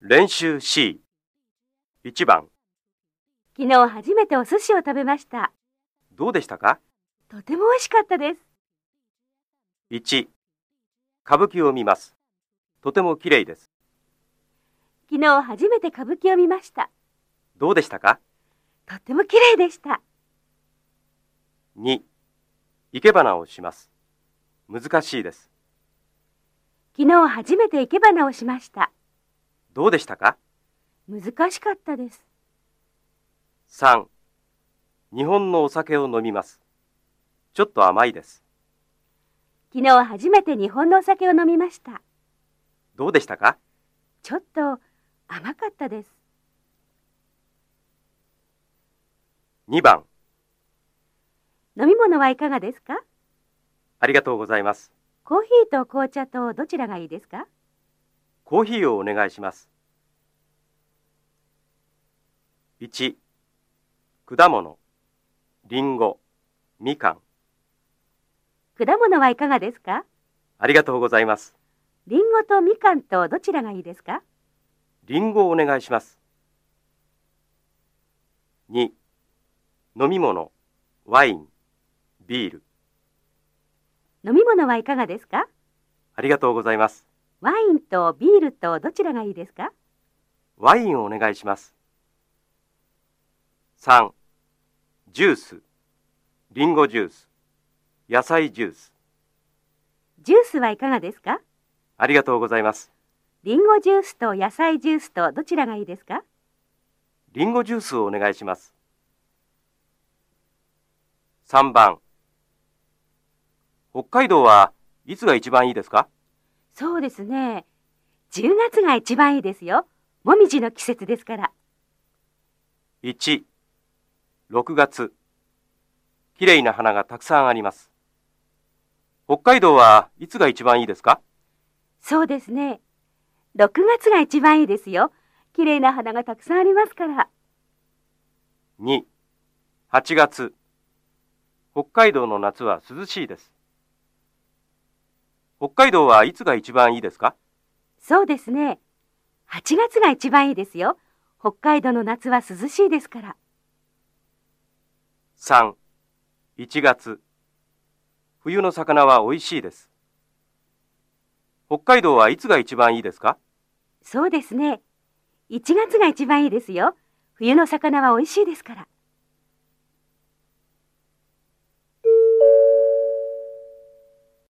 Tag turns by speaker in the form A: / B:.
A: 練習 C 1番
B: 昨日初めてお寿司を食べました。
A: どうでしたか
B: とても美味しかったです。
A: 1歌舞伎を見ますとても綺麗です
B: 昨日初めて歌舞伎を見ました。
A: どうでしたか
B: とても綺麗でした。
A: 2生け花をします難しいです
B: 昨日初めて生け花をしました。
A: どうでしたか
B: 難しかったです。
A: 3日本のお酒を飲みますちょっと甘いです
B: 昨日初めて日本のお酒を飲みました。
A: どうでしたか
B: ちょっと甘かったです。
A: 2番
B: 飲み物はいかがですか
A: ありがとうございます
B: コーヒーと紅茶とどちらがいいですか
A: コーヒーをお願いします1果物りんごみかん
B: 果物はいかがですか
A: ありがとうございます。
B: リンゴとみかんとどちらがいいですか
A: リンゴをお願いします。2. 飲み物、ワイン、ビール。
B: 飲み物はいかがですか
A: ありがとうございます。
B: ワインとビールとどちらがいいですか
A: ワインをお願いします。3. ジュース、リンゴジュース、野菜ジュース。
B: ジュースはいかがですか
A: ありがとうございます。
B: リンゴジュースと野菜ジュースとどちらがいいですか
A: リンゴジュースをお願いします。3番。北海道はいつが一番いいですか
B: そうですね。10月が一番いいですよ。もみじの季節ですから。
A: 1、6月。きれいな花がたくさんあります。北海道はいつが一番いいですか
B: そうですね。6月が一番いいですよ。綺麗な花がたくさんありますから。
A: ?2、8月。北海道の夏は涼しいです。北海道はいつが一番いいですか
B: そうですね。8月が一番いいですよ。北海道の夏は涼しいですから。
A: ?3、1月。冬の魚は美味しいです。北海道はいつが一番いいですか
B: そうですね。1月が一番いいですよ。冬の魚は美味しいですから。